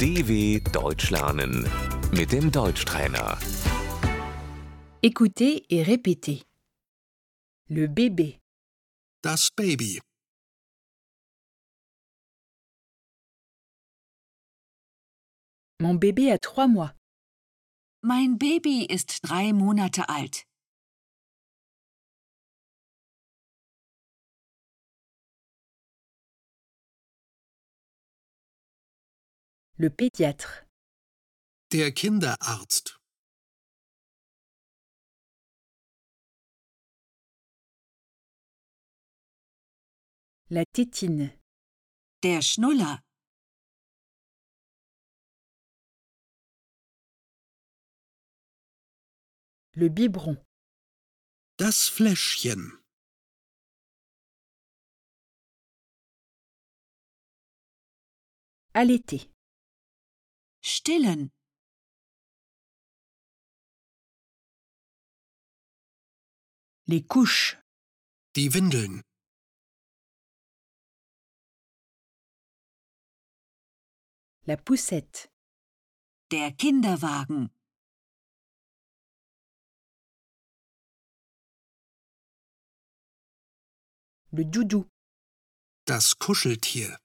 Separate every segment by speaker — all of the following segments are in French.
Speaker 1: DW Deutsch lernen mit dem Deutschtrainer.
Speaker 2: Écoutez et répétez. Le bébé,
Speaker 3: Das Baby.
Speaker 2: mon bébé a trois mois,
Speaker 4: Mein Baby ist drei Monate alt.
Speaker 2: le pédiatre,
Speaker 3: Der Kinderarzt.
Speaker 2: la tétine,
Speaker 4: Der Schnuller.
Speaker 2: le biberon,
Speaker 3: Das Fläschchen.
Speaker 2: allaiter,
Speaker 4: Stillen. Les couches.
Speaker 3: Die Windeln.
Speaker 2: la poussette,
Speaker 4: Der Kinderwagen.
Speaker 2: le doudou,
Speaker 3: Das Kuscheltier.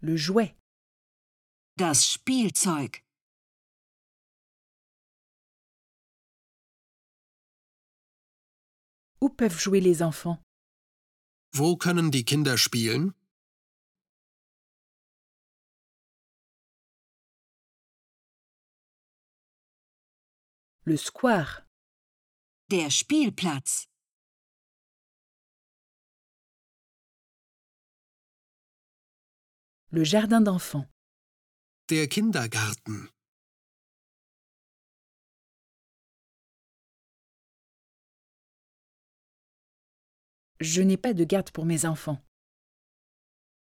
Speaker 2: le jouet,
Speaker 4: Das Spielzeug.
Speaker 2: où peuvent jouer les enfants,
Speaker 3: Wo können die Kinder spielen?
Speaker 2: le square,
Speaker 4: Der Spielplatz.
Speaker 2: le jardin d'enfants,
Speaker 3: Der Kindergarten.
Speaker 2: je n'ai pas de garde pour mes enfants.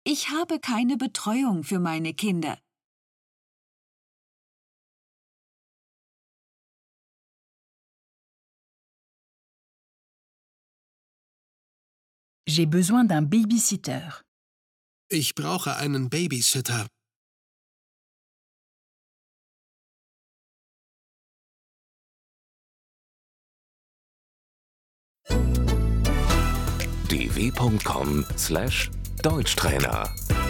Speaker 4: Ich habe keine Betreuung für meine Kinder.
Speaker 2: J'ai besoin d'un babysitter.
Speaker 3: Ich brauche einen Babysitter.
Speaker 1: dw.com/deutschtrainer